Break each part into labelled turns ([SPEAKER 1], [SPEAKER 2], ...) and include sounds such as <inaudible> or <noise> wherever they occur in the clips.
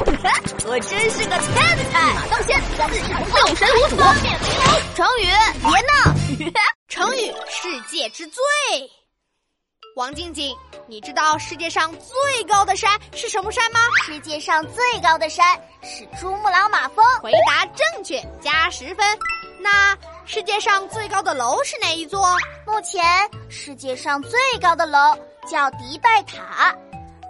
[SPEAKER 1] 我真是个天才！
[SPEAKER 2] 马当先，六神无主。
[SPEAKER 1] 成语别闹，
[SPEAKER 2] 成语“世界之最”。王静静，你知道世界上最高的山是什么山吗？
[SPEAKER 3] 世界上最高的山是珠穆朗玛峰。
[SPEAKER 2] 回答正确，加十分。那世界上最高的楼是哪一座？
[SPEAKER 3] 目前世界上最高的楼叫迪拜塔，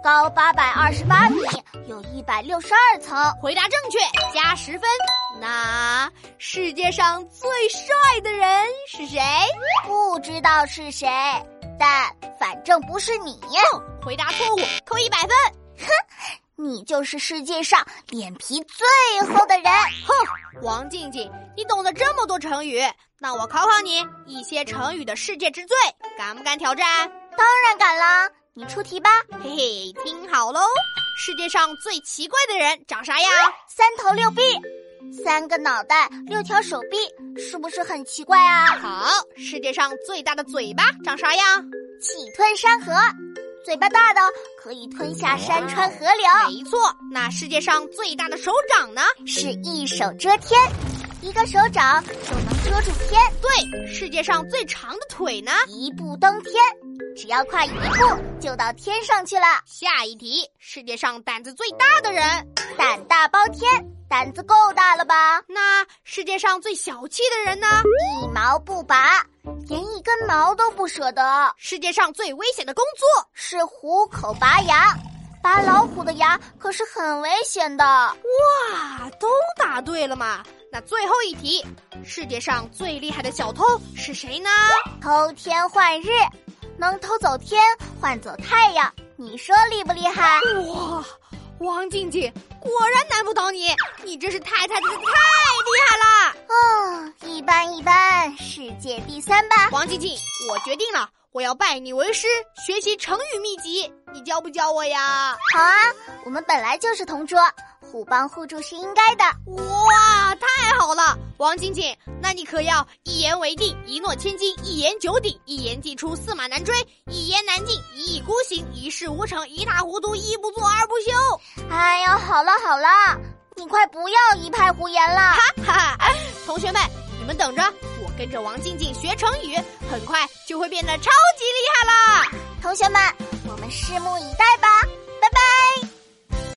[SPEAKER 3] 高八百二十八米，有一百六十二层。
[SPEAKER 2] 回答正确，加十分。那世界上最帅的人是谁？
[SPEAKER 3] 不知道是谁，但反正不是你。
[SPEAKER 2] 哼哦回答错误，扣一百分。
[SPEAKER 3] 哼，你就是世界上脸皮最厚的人。
[SPEAKER 2] 哼，王静静，你懂得这么多成语，那我考考你一些成语的世界之最，敢不敢挑战？
[SPEAKER 3] 当然敢啦，你出题吧。
[SPEAKER 2] 嘿嘿，听好喽，世界上最奇怪的人长啥样？
[SPEAKER 3] 三头六臂，三个脑袋，六条手臂，是不是很奇怪啊？
[SPEAKER 2] 好，世界上最大的嘴巴长啥样？
[SPEAKER 3] 气吞山河，嘴巴大的可以吞下山川河流。
[SPEAKER 2] 没错，那世界上最大的手掌呢？
[SPEAKER 3] 是一手遮天，一个手掌就能遮住天。
[SPEAKER 2] 对，世界上最长的腿呢？
[SPEAKER 3] 一步登天，只要跨一步就到天上去了。
[SPEAKER 2] 下一题，世界上胆子最大的人，
[SPEAKER 3] 胆大包天，胆子够大了吧？
[SPEAKER 2] 那世界上最小气的人呢？
[SPEAKER 3] 一毛不拔，连一根毛都不舍得。
[SPEAKER 2] 世界上最危险的工作，
[SPEAKER 3] 是虎口拔牙，拔老虎的牙可是很危险的。
[SPEAKER 2] 哇，都答对了嘛！那最后一题，世界上最厉害的小偷是谁呢？
[SPEAKER 3] 偷天换日，能偷走天，换走太阳，你说厉不厉害？
[SPEAKER 2] 哇，王静静果然难不倒你，你真是太太太太厉害了！
[SPEAKER 3] 哦，一般一般，世界第三吧。
[SPEAKER 2] 王静静，我决定了，我要拜你为师，学习成语秘籍，你教不教我呀？
[SPEAKER 3] 好啊，我们本来就是同桌，互帮互助是应该的。
[SPEAKER 2] 哇，太好了，王静静，那你可要一言为定，一诺千金，一言九鼎，一言既出，驷马难追，一言难尽，一意孤行，一事无成，一塌糊涂，一不做二不休。
[SPEAKER 3] 哎呀，好了好了，你快不要一派胡言了。
[SPEAKER 2] <laughs> 哈哈，同学们，你们等着，我跟着王静静学成语，很快就会变得超级厉害啦！
[SPEAKER 3] 同学们，我们拭目以待吧。